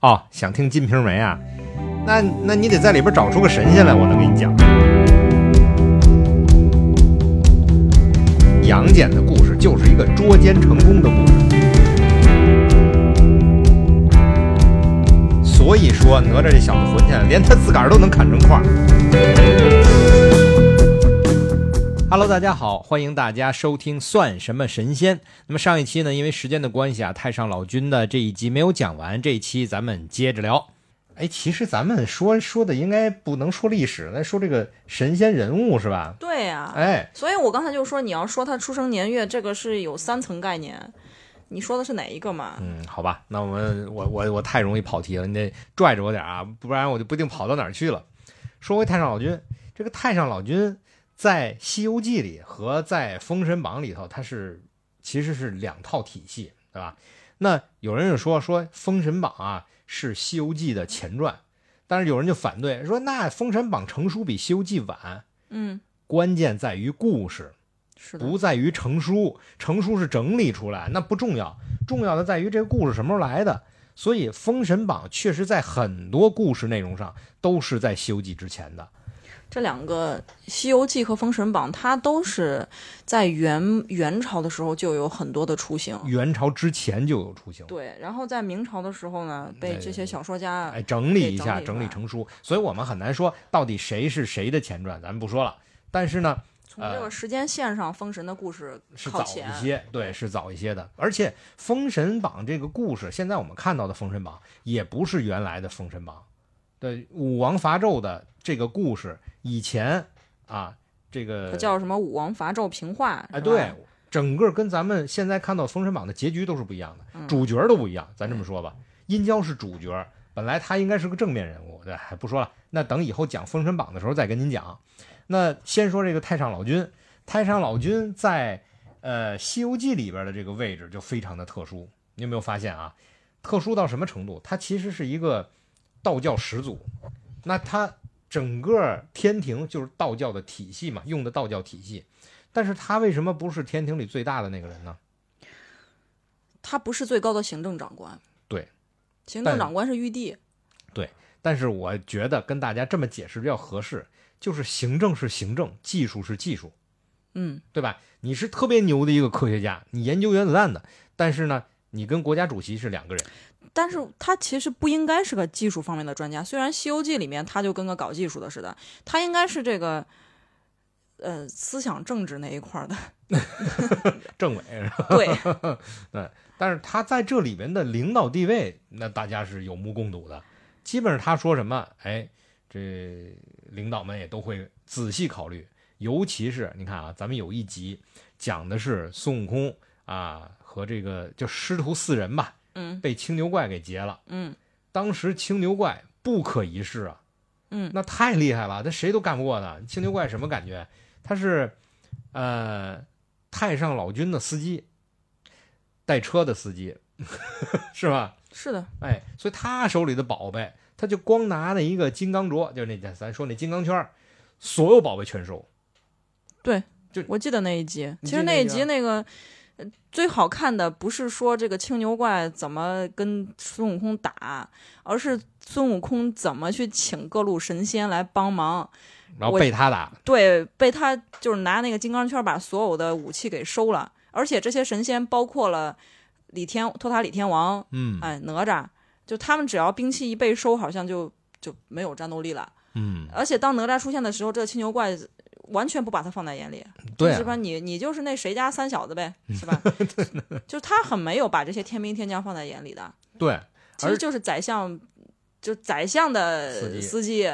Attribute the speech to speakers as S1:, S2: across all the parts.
S1: 哦，想听《金瓶梅》啊？那那你得在里边找出个神仙来，我能给你讲。杨戬的故事就是一个捉奸成功的故事，所以说哪吒这小子混起来，连他自个儿都能砍成块儿。Hello，大家好，欢迎大家收听《算什么神仙》。那么上一期呢，因为时间的关系啊，太上老君的这一集没有讲完，这一期咱们接着聊。哎，其实咱们说说的应该不能说历史，咱说这个神仙人物是吧？
S2: 对呀、
S1: 哎，
S2: 所以我刚才就说，你要说他出生年月，这个是有三层概念，你说的是哪一个嘛？
S1: 嗯，好吧，那我们我我我太容易跑题了，你得拽着我点儿啊，不然我就不定跑到哪儿去了。说回太上老君，这个太上老君在《西游记》里和在《封神榜》里头，它是其实是两套体系，对吧？那有人就说说《封神榜啊》是《西游记》的前传，但是有人就反对说，那《封神榜》成书比《西游记》晚，
S2: 嗯，
S1: 关键在于故事。
S2: 是的，
S1: 不在于成书，成书是整理出来，那不重要，重要的在于这个故事什么时候来的。所以《封神榜》确实在很多故事内容上都是在《西游记》之前的。
S2: 这两个《西游记》和《封神榜》，它都是在元元朝的时候就有很多的雏形。
S1: 元朝之前就有雏形，
S2: 对，然后在明朝的时候呢，被这些小说家
S1: 哎，整理一下，
S2: 对整
S1: 整
S2: 理
S1: 理成书。所以我们很难说到底谁是谁的前传，咱们不说了。但是呢，
S2: 从这个时间线上，封神的故事
S1: 哎是
S2: 靠
S1: 早
S2: 前
S1: 一。些，对，是早一些的。而且《封神榜》这个故事，现在我们看到的《封神榜》也不是原来的《封神榜》，对，武王伐纣的这个故事，以前啊，这
S2: 它
S1: 个
S2: 叫什么？武王伐纣平话。
S1: 哎，
S2: 是吧
S1: 对，，整个跟咱们现在看到《封神榜》的结局都是不一样的，
S2: 嗯
S1: 主角都不一样。咱这么说吧，殷郊是主角，本来他应该是个正面人物，对，哎不说了，那等以后讲《封神榜》的时候再跟您讲。那先说这个太上老君，太上老君在呃《西游记》里边的这个位置就非常的特殊，你有没有发现啊？特殊到什么程度？他其实是一个道教始祖，那他整个天庭就是道教的体系嘛，用的道教体系。但是他为什么不是天庭里最大的那个人呢？
S2: 他不是最高的行政长官。
S1: 对，
S2: 行
S1: 但
S2: 政长官是玉帝。
S1: 但是我觉得跟大家这么解释比较合适，就是行政是行政，技术是技术，
S2: 嗯，
S1: 对吧？你是特别牛的一个科学家，你研究原子弹的，但是呢，你跟国家主席是两个人。
S2: 但是他其实不应该是个技术方面的专家，虽然《西游记》里面他就跟个搞技术的似的，他应该是这个，呃，思想政治那一块儿的。
S1: 政委，
S2: 对，
S1: 但是他在这里面的领导地位，那大家是有目共睹的。基本上他说什么，哎，这领导们也都会仔细考虑。尤其是你看啊，咱们有一集讲的是孙悟空啊和这个就师徒四人吧，
S2: 嗯
S1: 被青牛怪给劫了。
S2: 嗯
S1: 当时青牛怪不可一世啊，
S2: 嗯，
S1: 那太厉害了，他谁都干不过呢。青牛怪什么感觉？他是，呃，太上老君的司机，带车的司机， 是吧？
S2: 是的，
S1: 哎，所以他手里的宝贝，他就光拿那一个金刚镯，就是那咱说那金刚圈儿，所有宝贝全收。
S2: 我记得那一集，
S1: 你记
S2: 其实
S1: 得
S2: 那
S1: 那
S2: 一
S1: 集
S2: 集那个。呃最好看的不是说这个青牛怪怎么跟孙悟空打，而是孙悟空怎么去请各路神仙来帮忙。
S1: 然后
S2: 我
S1: 被他打，
S2: 对，被他就是拿那个金刚圈把所有的武器给收了，而且这些神仙包括了李天托塔李天王，
S1: 嗯
S2: 哎，哪吒，就他们只要兵器一被收，好像就就没有战斗力了。
S1: 嗯，
S2: 而且当哪吒出现的时候，这个青牛怪完全不把他放在眼里，
S1: 对啊、
S2: 是吧？你你就是那谁家三小 子呗，是吧？就是他很没有把这些天兵天将放在眼里的，
S1: 对，
S2: 其实
S1: 而
S2: 就是宰相，就宰相
S1: 司机
S2: 的司机，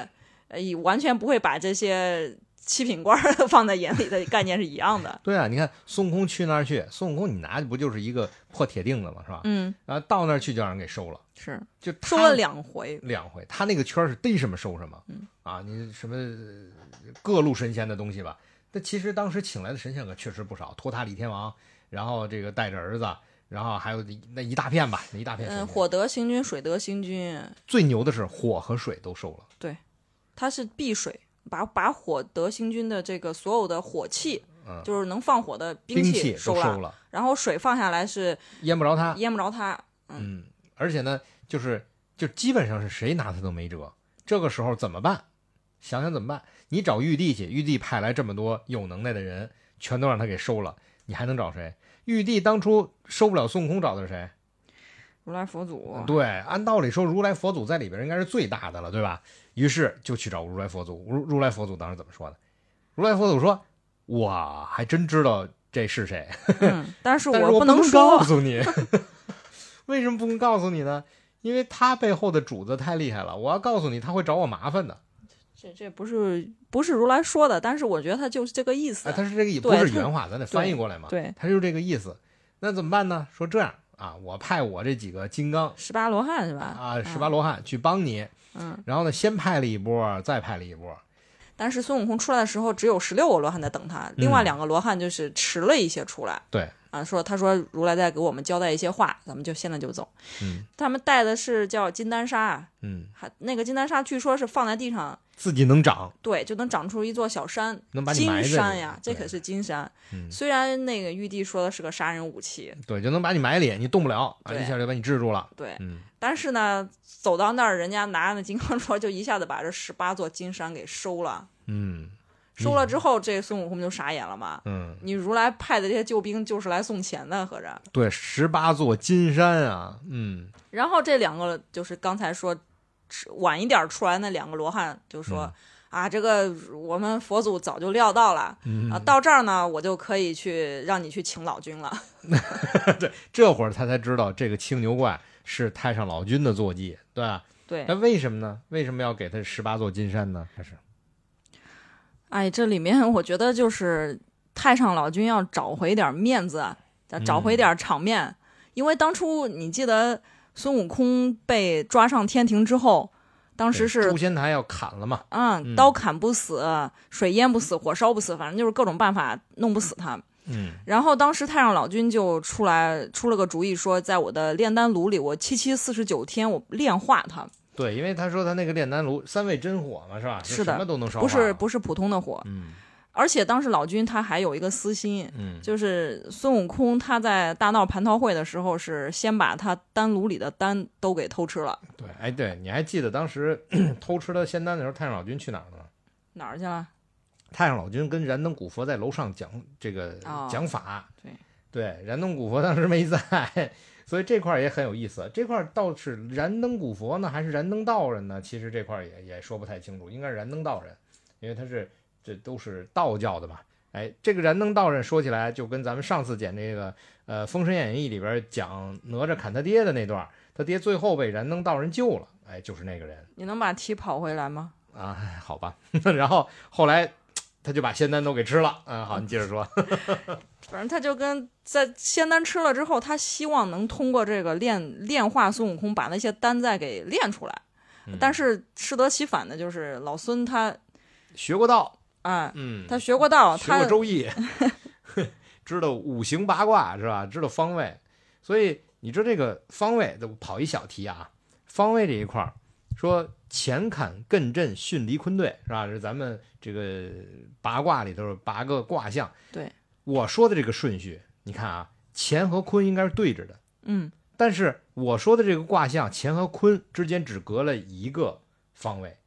S2: 呃，也完全不会把这些七品官儿 放在眼里的概念是一 样的。
S1: 对啊，你看孙悟空去那儿去，孙悟空你拿的不就是一个破铁锭子嘛，是吧？
S2: 嗯，
S1: 然后到那儿去就让人给收了，
S2: 是
S1: 就
S2: 收
S1: 他
S2: 了两回，
S1: 两回，他那个圈儿是逮什么收什么，
S2: 嗯
S1: 啊，你什么呃各路神仙的东西吧。那其实当时请来的神仙可确实不少，托塔李天王，然后这个带着儿子，然后还有那一大片吧，那一大片神
S2: 嗯，
S1: 仙。
S2: 火得行军，水得行军，
S1: 最牛的是火和水都收了，
S2: 它是避水，把把火得行军的这个所有的火器，
S1: 嗯
S2: 就是能放火的
S1: 兵
S2: 器
S1: 器都
S2: 了，
S1: 收了，
S2: 然后水放下来是
S1: 淹不着他。
S2: 淹不着它。
S1: 嗯，而且呢，就是就基本上是谁拿他都没辙。这个时候怎么办？想想怎么办？你找玉帝去，玉帝派来这么多有能耐的人，全都让他给收了，你还能找谁？玉帝当初收不了孙悟空，找的是谁？
S2: 如来佛 祖，
S1: 对，按道理说，如来佛祖在里边应该是最大的了，对吧？于是就去找如来佛祖。如如来佛祖当时怎么说的？如来佛祖说：“我还真知道这是谁，
S2: 嗯，但是
S1: 但是我
S2: 不能
S1: 告
S2: 说，
S1: 诉你。 为什么不能告诉你呢？因为他背后的主子太厉害了，我要告诉你，他会找我麻烦的。
S2: 这这不是不是如来说的，但是我觉得他就是这个意思。
S1: 哎，他是这个意，不
S2: 对
S1: 是
S2: 他
S1: 原话，咱得翻译过来嘛。
S2: 对，
S1: 他就是这个意思。那怎么办呢？说这样啊，我派我这几个金刚
S2: 十八罗汉是吧？
S1: 啊，
S2: 嗯
S1: 十八，罗汉去帮你。
S2: 嗯，
S1: 然后呢，先派了一波，再派了一波。
S2: 但是孙悟空出来的时候，只有十六个罗汉在等他，另外两个罗汉就是迟了一些出来。
S1: 嗯对，
S2: 啊，说他说如来在给我们交代一些话，咱们就现在就走。
S1: 嗯
S2: 他们带的是叫金丹砂，啊
S1: 嗯，
S2: 还那个金丹砂据说是放在地上，
S1: 自己能长，
S2: 对，就能长出一座小山，
S1: 能把你埋在
S2: 金
S1: 里
S2: 山
S1: 面
S2: 呀，这
S1: 对
S2: 可是金山。
S1: 嗯
S2: 虽然那个玉帝说的是个杀人武器，
S1: 对，就能把你埋里，你动不了，啊，
S2: 对
S1: 一下就把你制住了。
S2: 对，
S1: 嗯，
S2: 但是呢，走到那儿，人家拿那金刚镯就一下子把这十八座金山给收了。
S1: 嗯
S2: 收了之后，这孙悟空就傻眼了嘛。
S1: 嗯，
S2: 你如来派的这些救兵就是来送钱的，合着。
S1: 对，十八座金山啊，嗯，
S2: 然后这两个就是刚才说迟晚一点出来那两个罗汉就说、啊，这个我们佛祖早就料到了、啊，到这儿呢，我就可以去让你去请老君了。
S1: 这会儿他才知道这个青牛怪是太上老君的坐骑，对吧？
S2: 对，
S1: 那为什么呢？为什么要给他十八座金山呢？开始，
S2: 哎，这里面我觉得就是太上老君要找回点面子，找回点场面，因为当初你记得孙悟空被抓上天庭之后，当时
S1: 对
S2: 是
S1: 诛仙台要砍了嘛？
S2: 嗯，刀砍不死，水淹不死，火烧不死，反正就是各种办法弄不死他。
S1: 嗯
S2: 然后当时太上老君就出来出了个主意，说在我的炼丹炉里，我七七四十九天我炼化它，
S1: 对，因为他说他那个炼丹炉三味真火嘛，是吧？就是
S2: 的
S1: 什么都能烧化
S2: 不是
S1: 了
S2: 不是普通的火。
S1: 嗯
S2: 而且当时老君他还有一个私心，
S1: 嗯
S2: 就是孙悟空他在大闹蟠桃会的时候，是先把他丹炉里的丹都给偷吃了，
S1: 对，哎，对，你还记得当时 偷吃他仙丹的时候，太上老君去哪儿了吗？
S2: 哪儿去了？
S1: 太上老君跟燃灯古佛在楼上讲这个
S2: 哦
S1: 讲法，
S2: 对
S1: 对，燃灯古佛当时没在，所以这块儿也很有意思。这块儿倒是燃灯古佛呢，还是燃灯道人呢？其实这块儿也也说不太清楚，应该是燃灯道人，因为他是这都是道教的嘛。哎，这个燃灯道人说起来就跟咱们上次讲这个呃《封神演义》里边讲哪吒砍他爹的那段儿，他爹最后被燃灯道人救了，哎，就是那个人。
S2: 你能把题跑回来吗？
S1: 啊，好吧。 然后后来他就把仙丹都给吃了。嗯，好，你接着说。
S2: 反正他就跟在仙丹吃了之后，他希望能通过这个炼炼化孙悟空，把那些丹再给炼出来。但
S1: 是
S2: 是适得其反的就是老孙他
S1: 学过道，
S2: 啊，
S1: 嗯，
S2: 他学过道，
S1: 学过
S2: 他
S1: 周 易，知道五行八卦是吧？知道方位，所以你知道这个方位，跑一小题啊。方位这一块儿，说乾坎艮震巽离坤兑是吧？这是咱们这个八卦里头有八个卦象。
S2: 对，
S1: 我说的这个顺序，你看啊，乾和坤应该是对着的。
S2: 嗯，
S1: 但是我说的这个卦象，乾和坤之间只隔了一个方位，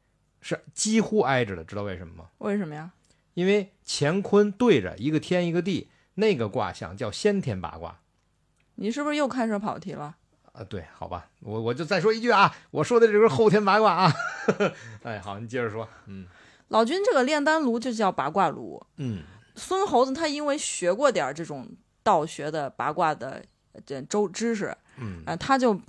S1: 是几乎挨着的。知道为什么吗？
S2: 为什么呀？
S1: 因为乾坤对着一个天一个地，那个卦象叫先天八卦
S2: 你是不是又开始跑题了？
S1: 啊。对，好吧，我我就再说一句啊，我说的这个是后天八卦啊。 哎，好，你接着说。嗯
S2: 老君这个炼丹炉就叫八卦炉，
S1: 嗯，
S2: 孙猴子他因为学过点儿这种道学的八卦的呃这周知识，
S1: 嗯
S2: 啊、他就
S1: 火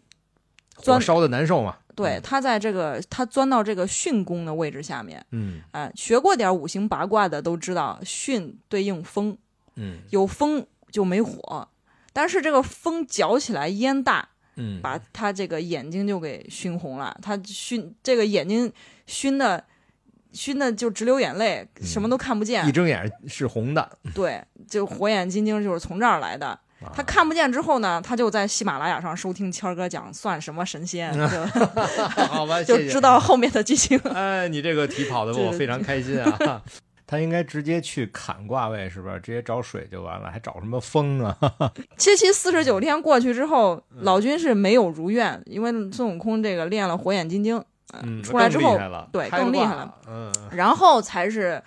S2: 钻
S1: 烧的难受嘛。
S2: 对
S1: 嗯
S2: 他在这个他钻到这个巽宫的位置下面，
S1: 嗯
S2: 啊、学过点儿五行八卦的都知道，巽对应风，
S1: 嗯
S2: 有风就没火，但是这个风搅起来烟大，
S1: 嗯
S2: 把他这个眼睛就给熏红了，他熏这个眼睛熏的。熏的就直流眼泪，什么都看不见。
S1: 一睁眼是红 的。
S2: 对，就火眼金睛就是从这儿来的。他看不见之后呢，他就在喜马拉雅上收听谦儿哥讲算什么神仙，就
S1: 好吧，
S2: 就
S1: 谢谢
S2: 知道后面的剧情。
S1: 哎，你这个题跑的
S2: 这
S1: 我非常开心啊！ 他应该直接去砍挂位，是不是？直接找水就完了，还找什么风 啊？
S2: 七七四十九天过去之后，
S1: 嗯
S2: 老君是没有如愿，因为孙悟空这个练了火眼金睛，
S1: 嗯，
S2: 出来之后
S1: 更厉害了
S2: 对
S1: 开
S2: 更厉
S1: 挂
S2: 害了。
S1: 嗯，
S2: 然后才是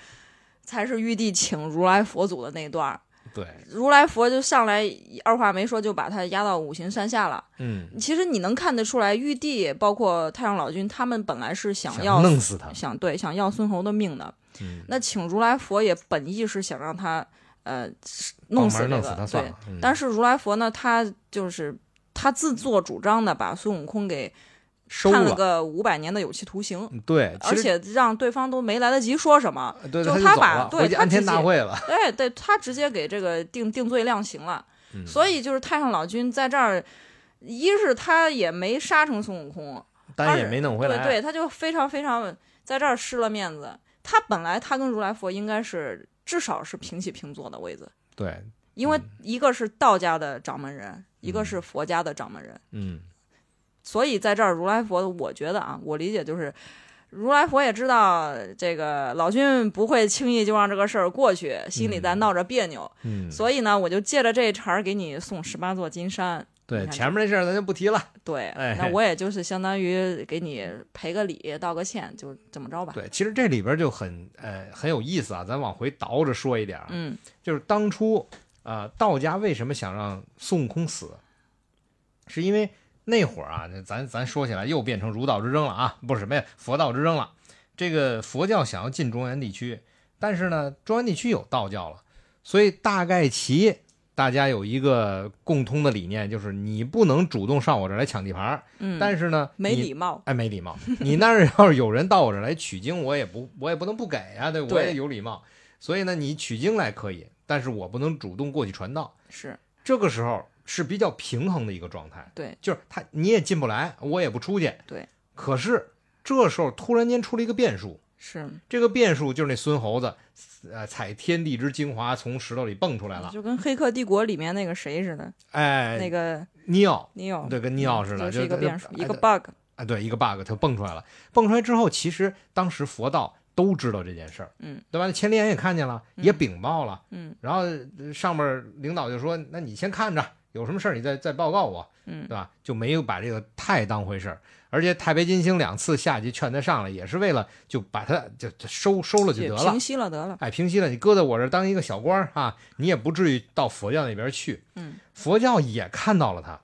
S2: 才是玉帝请如来佛祖的那段儿。
S1: 对，
S2: 如来佛就上来二话没说就把他压到五行山下了。
S1: 嗯，
S2: 其实你能看得出来，玉帝包括太上老君他们本来是想
S1: 想
S2: 要
S1: 弄死他。
S2: 想对想要孙猴的命的。
S1: 嗯，
S2: 那请如来佛也本意是想让他呃
S1: 帮
S2: 弄死
S1: 忙
S2: 这
S1: 哦弄
S2: 个
S1: 他算
S2: 对
S1: 了，。嗯
S2: 但是如来佛呢，他就是他自作主张的把孙悟空给
S1: 收
S2: 判了
S1: 了。嗯
S2: 个五百年的有期徒刑，
S1: 对，
S2: 而
S1: 其实
S2: 且让对方都没来得 及说什么，
S1: 对
S2: 就
S1: 他
S2: 他
S1: 走
S2: 把
S1: 了，
S2: 对
S1: 回去
S2: 他
S1: 安天
S2: 直
S1: 大
S2: 接
S1: 会了。
S2: 对对，他直接给这个定定罪量刑了。
S1: 嗯
S2: 所以就是太上老君在这儿，一是他也没杀成孙悟空，
S1: 但也没弄回来。
S2: 对对，他就非常非常在这儿失了面子。他本来他跟如来佛应该是至少是平起平坐的位子，
S1: 对
S2: 因为
S1: 嗯
S2: 一个是道家的掌门人，一个是佛家的掌门人。
S1: 嗯，
S2: 所以在这儿，如来佛，我觉得啊，我理解就是，如来佛也知道这个老君不会轻易就让这个事儿过去，心里在闹着别扭，
S1: 嗯，
S2: 所以呢，我就借着这茬儿给你送十八座金山。
S1: 对
S2: 你看
S1: 前面那事儿咱就不提了。
S2: 对，
S1: 哎
S2: 那我也就是相当于给你赔个礼，道个歉，就这么着吧。
S1: 对，其实这里边就很呃很有意思啊，咱往回倒着说一点儿，啊
S2: 嗯，
S1: 就是当初啊、呃道家为什么想让孙悟空死，是因为那会儿啊，咱咱说起来又变成儒道之争了啊，不是什么呀，佛道之争了。这个佛教想要进中原地区，但是呢，中原地区有道教了，所以大概其大家有一个共通的理念，就是你不能主动上我这儿来抢地盘儿，
S2: 嗯
S1: 但是呢，
S2: 没
S1: 你
S2: 礼貌。
S1: 哎，没礼貌。 你那儿要是有人到我这儿来取经，我也不我也不能不给呀、对我
S2: 对
S1: 也有礼貌。所以呢，你取经来可以，但是我不能主动过去传道。
S2: 是
S1: 这个时候是比较平衡的一个状态，
S2: 对，
S1: 就是他你也进不来，我也不出去。
S2: 对。
S1: 可是这时候突然间出了一个变数，
S2: 是，
S1: 这个变数就是那孙猴子，呃，采天地之精华从石头里蹦出来了。
S2: 就跟《黑客帝国》里面那个谁似的，
S1: 啊哎，
S2: 那个
S1: 尼奥，
S2: 尼奥，
S1: 对，跟尼奥似的，
S2: 就是一个
S1: 就
S2: 变数，一
S1: 哎
S2: 个 bug。
S1: 啊，对，一个 bug 它蹦出来了。蹦出来之后，其实当时佛道都知道这件事儿，
S2: 嗯，
S1: 对吧？那千里眼也看见了，也禀报了，
S2: 嗯，
S1: 然后呃上面领导就说：“那你先看着，有什么事儿你再再报告我，
S2: 嗯
S1: 对吧？”就没有把这个太当回事儿。而且太白金星两次下级劝他上来，也是为了就把他就就收收了就
S2: 也
S1: 得了
S2: 平，息了得了。
S1: 哎，平息了，你搁在我这儿当一个小官儿啊，你也不至于到佛教那边去。
S2: 嗯，
S1: 佛教也看到了他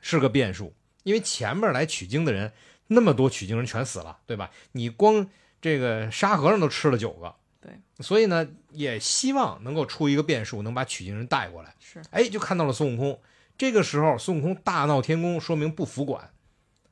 S1: 是个变数，因为前面来取经的人那么多，取经人全死了，对吧？你光这个沙和尚都吃了九个，
S2: 对，
S1: 所以呢，也希望能够出一个变数，能把取经人带过来。
S2: 是
S1: 哎，就看到了孙悟空。这个时候，孙悟空大闹天宫，说明不服管，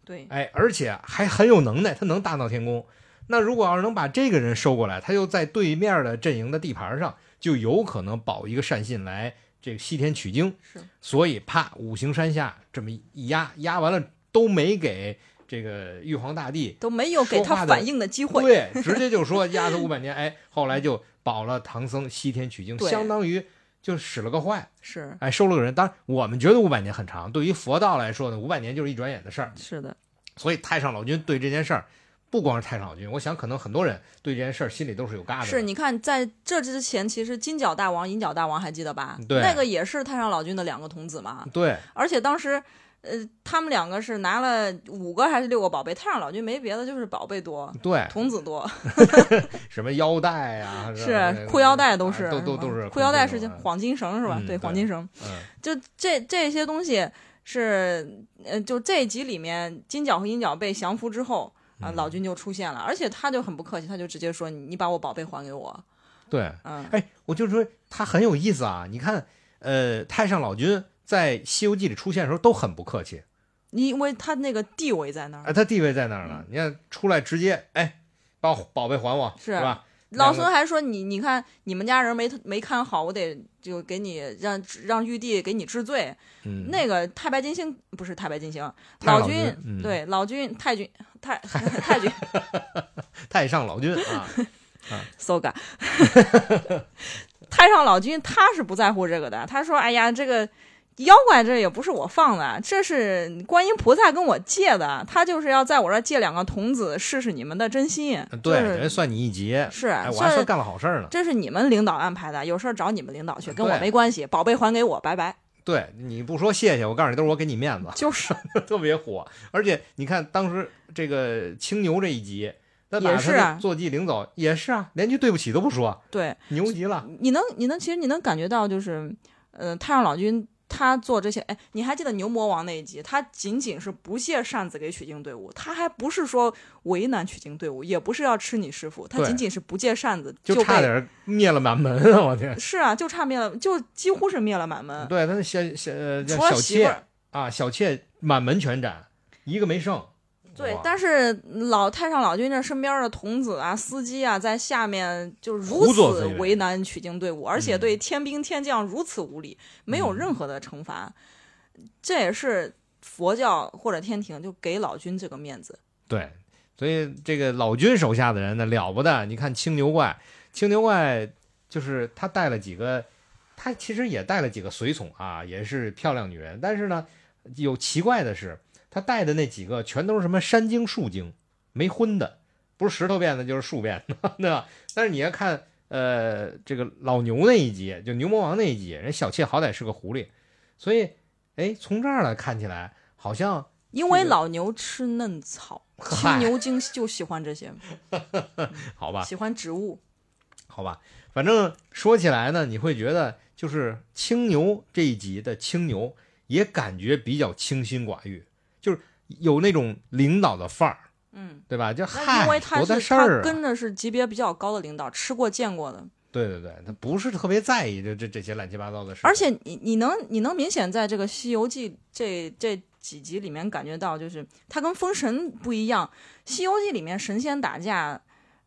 S2: 对，
S1: 哎，而且还很有能耐，他能大闹天宫。那如果要是能把这个人收过来，他又在对面的阵营的地盘上，就有可能保一个善信来这个西天取经。
S2: 是
S1: 所以，啪，五行山下这么一压，压完了都没给这个玉皇大 帝
S2: 都没有给
S1: 说话
S2: 他
S1: 的
S2: 反应的机会。
S1: 对，直接就说压他五百年。哎，后来就保了唐僧西天取经，
S2: 对
S1: 相当于就使了个坏，
S2: 是
S1: 哎，收了个人。当然，我们觉得五百年很长，对于佛道来说呢，五百年就是一转眼的事儿。
S2: 是的，
S1: 所以太上老君对这件事儿，不光是太上老君，我想可能很多人对这件事儿心里都是有疙瘩的。
S2: 是你看，在这之前，其实金角大王、银角大王还记得吧？
S1: 对嗯
S2: 那个也是太上老君的两个童子嘛。
S1: 对，
S2: 而且当时，呃，他们两个是拿了五个还是六个宝贝？太上老君没别的，就是宝贝多，
S1: 对，
S2: 童子多，
S1: 什么腰带啊，
S2: 是裤腰带都
S1: 啊
S2: 是，
S1: 都都
S2: 什么
S1: 都是
S2: 裤腰带是
S1: 这
S2: 金
S1: 种
S2: 黄金绳是吧？
S1: 嗯
S2: 对，
S1: 对
S2: 黄金绳。
S1: 嗯，
S2: 就这这些东西是，呃，就这一集里面，金角和银角被降服之后啊，
S1: 嗯
S2: 老君就出现了，而且他就很不客气，他就直接说：“你你把我宝贝还给我。
S1: 对。”
S2: 嗯，
S1: 哎，我就说他很有意思啊！你看，呃，太上老君在《西游记》里出现的时候都很不客气，
S2: 因为他那个地位在那
S1: 啊，
S2: 儿，
S1: 他地位在那儿呢。你看出来直接，哎，把我宝贝还我，
S2: 嗯是
S1: 吧？
S2: 老
S1: 两个
S2: 孙还说：“你你看，你们家人没没看好，我得就给你让让玉帝给你治罪。
S1: 嗯，
S2: 那个太白金星不是太白金星，
S1: 太上老
S2: 君
S1: 君嗯
S2: 对老君太君太 太君
S1: 太上老君 啊，
S2: 搜 嘎，太上老君他是不在乎这个的，他说：“哎呀，这个妖怪这也不是我放的，这是观音菩萨跟我借的，他就是要在我这儿借两个童子试试你们的真心。
S1: 呃对，
S2: 就是
S1: 人算你一劫，
S2: 是
S1: 哎，我还
S2: 算
S1: 算干了好事儿呢。
S2: 这是你们领导安排的，有事儿找你们领导去，跟我
S1: 啊对
S2: 没关系。宝贝还给我，拜拜。
S1: 对你不说谢谢，我告诉你，都是我给你面子，
S2: 就是，
S1: 特别火。而且你看当时这个青牛这一集，那
S2: 也
S1: 把
S2: 是
S1: 他
S2: 啊
S1: 的坐骑领走也是啊，连句对不起都不说，
S2: 对，
S1: 牛极了。
S2: 你能，你能，其实你能感觉到，就是，呃，太上老君他做这些，哎，你还记得牛魔王那一集，他仅仅是不屑擅自给取经队伍，他还不是说为难取经队伍，也不是要吃你师傅，他
S1: 对
S2: 仅仅是不借扇子
S1: 就
S2: 被
S1: 差点儿灭了满门啊！我天，
S2: 是啊，就差灭了，就几乎是灭了满门，
S1: 对，他那小小呃叫
S2: 嗯除了
S1: 小
S2: 媳妇
S1: 妾
S2: 儿。
S1: 啊，小妾满门全斩，一个没剩。
S2: 对
S1: 哇，
S2: 但是老太上老君这身边的童子啊、司机啊，在下面就如
S1: 胡作非
S2: 此
S1: 为嗯
S2: 为难取经队伍，而且对天兵天将如此无礼，没有任何的惩罚。这也是佛教或者天庭就给老君这个面子。
S1: 对，所以这个老君手下的人呢了不得。你看青牛怪，青牛怪就是他带了几个，他其实也带了几个随从啊，也是漂亮女人。但是呢，有奇怪的是，他带的那几个全都是什么山精、树精，没荤的，不是石头变的，就是树变的， 对吧？但是你要看。呃，这个老牛那一集，就牛魔王那一集，人小妾好歹是个狐狸，所以，哎，从这儿来看起来，好像
S2: 因为
S1: 这个
S2: 老牛吃嫩草，青
S1: 嗨
S2: 牛精就喜欢这些，
S1: 好吧，
S2: 喜欢植物。
S1: 好吧，反正说起来呢，你会觉得就是青牛这一集的青牛也感觉比较清心寡欲，就是有那种领导的范儿，
S2: 嗯，
S1: 对吧？就
S2: 那
S1: 嗨
S2: 因为，他
S1: 多大
S2: 是
S1: 事
S2: 他
S1: 儿啊！
S2: 跟着是级别比较高的领导，吃过见过的，
S1: 对对对，他不是特别在意这这这些乱七八糟的事。
S2: 而且你你能你能明显在这个《西游记这》这几集里面感觉到，就是它跟《封神》不一样，《西游记》里面神仙打架，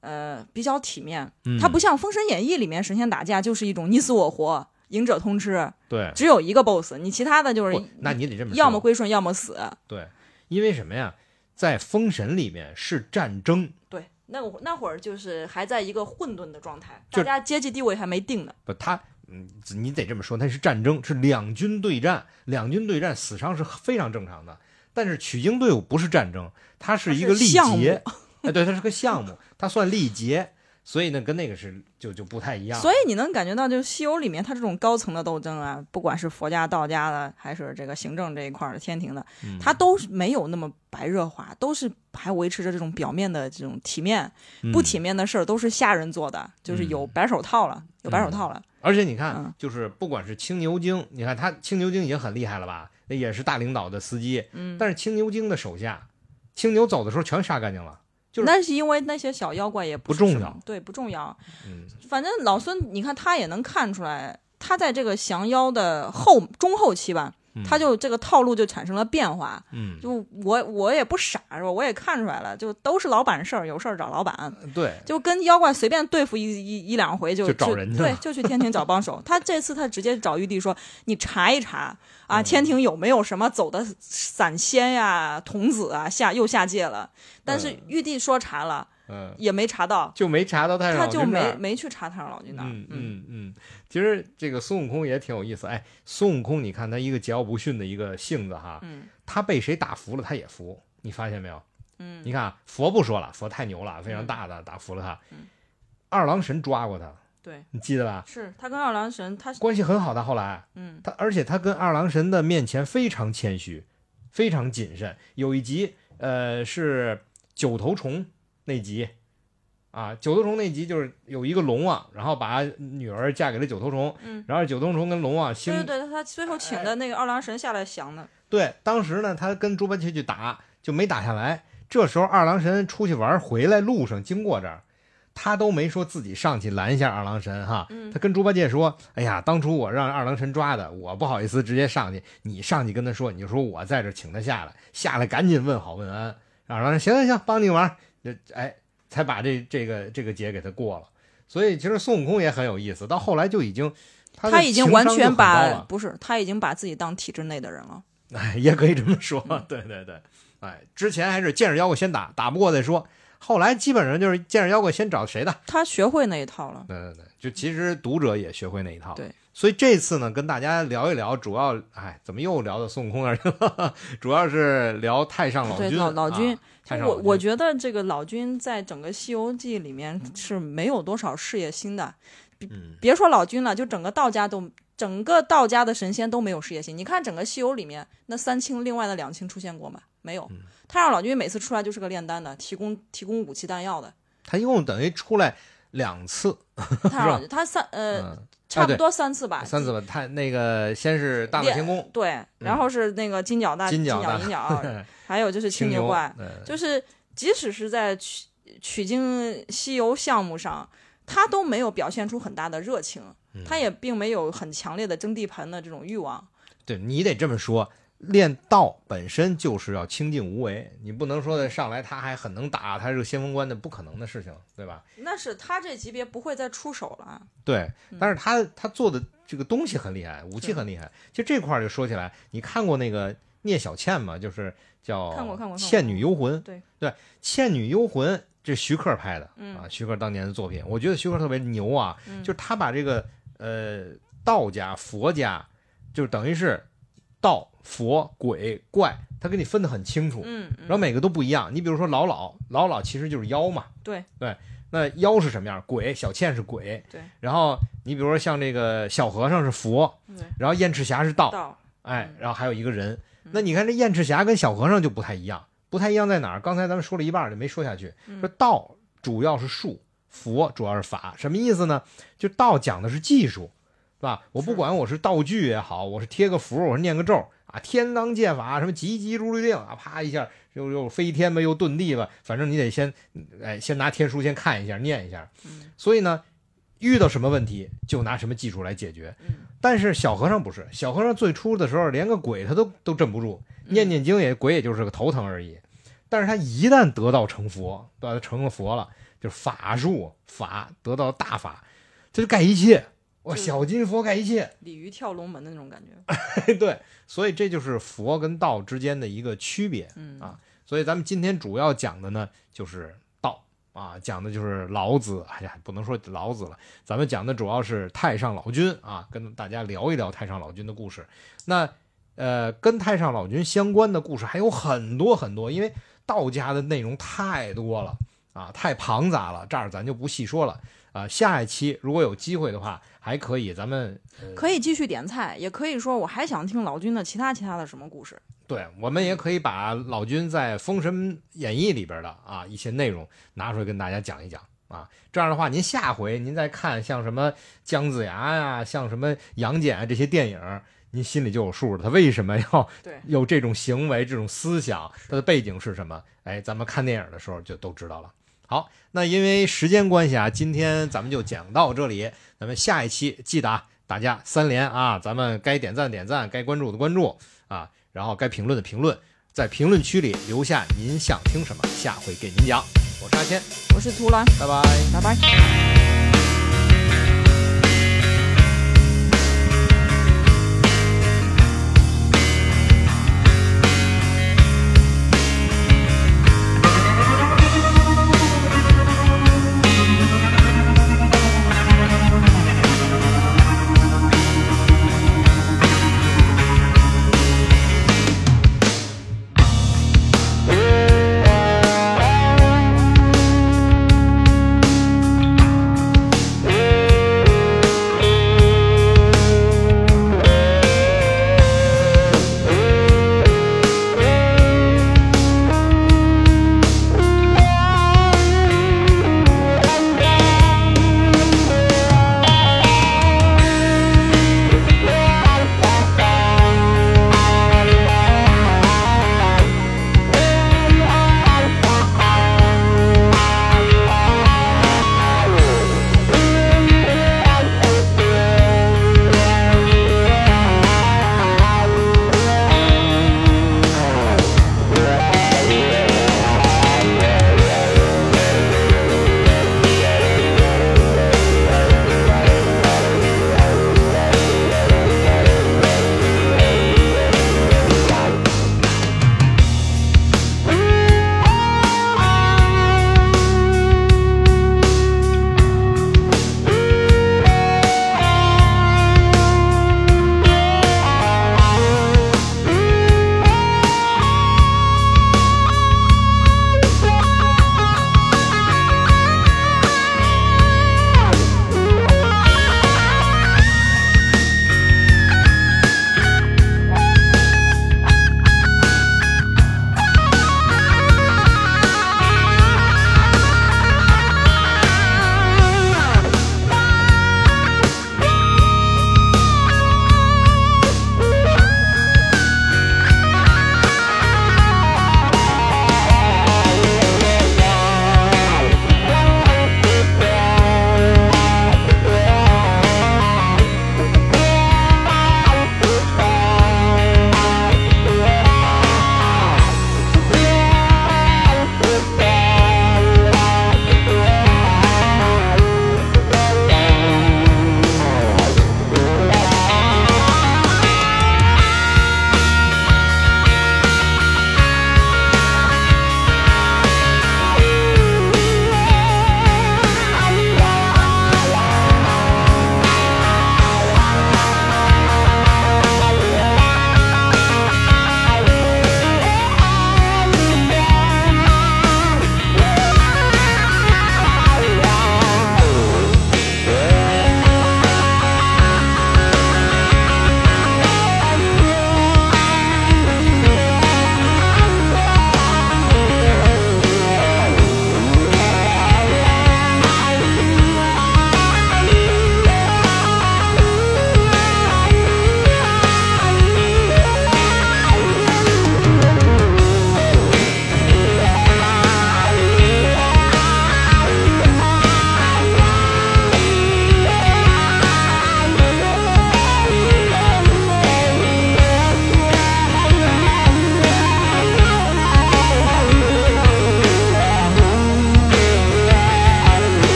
S2: 呃，比较体面，
S1: 嗯
S2: 它不像《封神演义》里面神仙打架就是一种你死我活，赢者通吃，
S1: 对，
S2: 只有一个 BOSS，你其他的就是
S1: 不，那你得这么说，啊
S2: 要么归顺，要么死。
S1: 对，因为什么呀？在《封神》里面是战争，
S2: 对，那我那会儿就是还在一个混沌的状态，
S1: 就
S2: 大家阶级地位还没定呢。
S1: 不，他，嗯，你得这么说，他是战争，是两军对战，两军对战死伤是非常正常的。但是取经队伍不是战争，它是一个
S2: 它是
S1: 历
S2: 项
S1: 劫，哎，对，它是个项目，它算历劫，所以呢，跟那个是就就不太一样。
S2: 所以你能感觉到，就是西游里面它这种高层的斗争啊，不管是佛家、道家的，还是这个行政这一块儿的、天庭的，
S1: 嗯
S2: 它都是没有那么白热化，都是还维持着这种表面的这种体面，
S1: 嗯
S2: 不体面的事儿都是下人做的，就是有白手套
S1: 嗯
S2: 了，有白手套了。
S1: 而且你看，
S2: 嗯
S1: 就是不管是青牛精，你看他青牛精也很厉害了吧，那也是大领导的司机，
S2: 嗯，
S1: 但是青牛精的手下，青牛走的时候全杀干净了。就是
S2: 那是因为那些小妖怪也不是
S1: 不重
S2: 什么
S1: 要，
S2: 对，不重要。
S1: 嗯，
S2: 反正老孙，你看他也能看出来，他在这个降妖的后中后期吧，
S1: 嗯
S2: 他就这个套路就产生了变化。
S1: 嗯，
S2: 就我我也不傻是吧？我也看出来了，就都是老板事儿，有事儿找老板，
S1: 对，
S2: 就跟妖怪随便对付一一一两回
S1: 嗯
S2: 就
S1: 就找人去了
S2: 对，就去天庭找帮手。他这次他直接找玉帝说：“你查一查啊，
S1: 嗯
S2: 天庭有没有什么走的散仙呀、童子啊下又下界了？”但是玉帝说查了，
S1: 嗯、
S2: 也没查到，
S1: 就没查到太上
S2: 他
S1: 老君
S2: 就
S1: 这
S2: 没
S1: 儿
S2: 没去查太上老君那儿。
S1: 嗯嗯嗯，其实这个孙悟空也挺有意思。哎，孙悟空，你看他一个桀骜不驯的一个性子哈，
S2: 嗯
S1: 他被谁打服了他也服，你发现没有？
S2: 嗯
S1: 你看啊佛不说了，佛太牛了，非常大的打服了他
S2: 嗯。
S1: 二郎神抓过他，
S2: 对，
S1: 你记得吧？
S2: 是他跟二郎神，他是
S1: 关系很好的，后来
S2: 嗯
S1: 他，而且他跟二郎神的面前非常谦虚，非常谨慎。有一集，呃，是九头虫那集，啊，九头虫那集就是有一个龙王，然后把女儿嫁给了九头虫，
S2: 嗯，
S1: 然后九头虫跟龙王啊星
S2: 对对对，他最后请
S1: 呃
S2: 的那个二郎神下来降的。
S1: 对当时呢，他跟猪八戒去打，就没打下来。这时候二郎神出去玩，回来路上经过这儿，他都没说自己上去拦一下二郎神哈。
S2: 嗯
S1: 他跟猪八戒说：“哎呀，当初我让二郎神抓的，我不好意思直接上去，你上去跟他说，你就说我在这儿请他下来，下来赶紧问好问安。”二郎神行行行，帮你玩，这哎，才把这这个这个节给他过了。所以其实孙悟空也很有意思，到后来就已经他
S2: 他
S1: 的
S2: 已
S1: 情
S2: 经完
S1: 商就
S2: 全
S1: 很高
S2: 把
S1: 了
S2: 不是，他已经把自己当体制内的人了。
S1: 哎， 也可以这么说，对对对，哎，之前还是见着妖怪先打，打不过再说，后来基本上就是见着妖怪先找谁的，
S2: 他学会那一套了。
S1: 对对对，就其实读者也学会那一套，
S2: 对，
S1: 所以这次呢，跟大家聊一聊，主要哎，怎么又聊到孙悟空那儿去了？ 主要是聊太上老
S2: 对
S1: 君，
S2: 老老君
S1: 啊、太上
S2: 我
S1: 老君
S2: 我觉得这个老君在整个《西游记》里面是没有多少事业心的，
S1: 嗯
S2: 别说老君了，就整个道家都，整个道家的神仙都没有事业心。你看整个西游里面，那三清另外的两清出现过吗？没
S1: 嗯
S2: 有。太上老君每次出来就是个炼丹的，提供提供武器弹药的。
S1: 他一共等于出来两次，
S2: 太上老君他三呃、
S1: 嗯，
S2: 差不
S1: 对
S2: 多三次吧，
S1: 三次吧。太那个先是大闹
S2: 练
S1: 天宫，
S2: 对，然后是那个金角大、
S1: 嗯金
S2: 角
S1: 角大
S2: 银角，啊 还有就是青
S1: 牛嗯
S2: 怪，，
S1: 对
S2: 就是即使是在取取经西游项目上，他都没有表现出很大的热情，
S1: 嗯
S2: 他也并没有很强烈的争地盘的这种欲望。
S1: 对你得这么说，练道本身就是要清净无为，你不能说的上来他还很能打，他是个先锋官的，不可能的事情，对吧？
S2: 那是他这级别不会再出手了。啊
S1: 对，
S2: 嗯
S1: 但是他他做的这个东西很厉害，武器很厉害。就这块儿就说起来，你看过那个聂小倩吗？就是叫
S2: 看过看过看过
S1: 《倩女幽魂》。
S2: 对嗯
S1: 对，《倩女幽魂》这徐克拍的、啊，徐克当年的作品，我觉得徐克特别牛啊，就是他把这个呃道家、佛家，就是等于是道、佛、鬼、怪，他给你分得很清楚。
S2: 嗯，嗯
S1: 然后每个都不一样。你比如说老老，老老其实就是妖嘛。
S2: 对
S1: 对，那妖是什么样？鬼，小倩是鬼。
S2: 对。
S1: 然后你比如说像这个小和尚是佛，
S2: 对，
S1: 然后燕赤霞是道，
S2: 道
S1: 哎
S2: 嗯，
S1: 然后还有一个人。那你看这燕赤霞跟小和尚就不太一样，不太一样在哪儿？刚才咱们说了一半儿就没说下去。说道主要是术，佛主要是法，什么意思呢？就道讲的是技术，是吧？我不
S2: 是
S1: 管我是道具也好，我是贴个符，我是念个咒啊，天罡剑法什么急急如律令啊，啪一下又又飞天吧，又遁地吧，反正你得先哎先拿天书先看一下，念一下。
S2: 嗯
S1: 所以呢，遇到什么问题就拿什么技术来解决。
S2: 嗯
S1: 但是小和尚不是，小和尚最初的时候连个鬼他都都镇不住，念念经也鬼也就是个头疼而已。但是他一旦得道成佛，对吧？他成了佛了，就是法术法得到大法，这就盖一切。哇，
S2: 就
S1: 小金佛盖一切，
S2: 鲤鱼跳龙门的那种感觉。
S1: 对，所以这就是佛跟道之间的一个区别。
S2: 嗯
S1: 啊所以咱们今天主要讲的呢，就是道啊，讲的就是老子。哎呀，不能说老子了，咱们讲的主要是太上老君啊，跟大家聊一聊太上老君的故事。那呃，跟太上老君相关的故事还有很多很多，因为道家的内容太多了啊，太庞杂了，这儿咱就不细说了啊、下一期如果有机会的话，还可以咱们
S2: 可以继续点菜，也可以说我还想听老君的其他其他的什么故事。
S1: 对，我们也可以把老君在《封神演义》里边的啊一些内容拿出来跟大家讲一讲啊。这样的话，您下回您再看像什么姜子牙呀、像什么杨戬啊这些电影，您心里就有数了。他为什么要
S2: 对
S1: 有这种行为、这种思想，他的背景是什么？哎，咱们看电影的时候就都知道了。好，那因为时间关系啊，今天咱们就讲到这里。咱们下一期记得啊，大家三连啊，咱们该点赞点赞，该关注的关注啊，然后该评论的评论，在评论区里留下您想听什么，下回给您讲。我是阿谦，
S2: 我是图兰，
S1: 拜拜。
S2: 拜拜。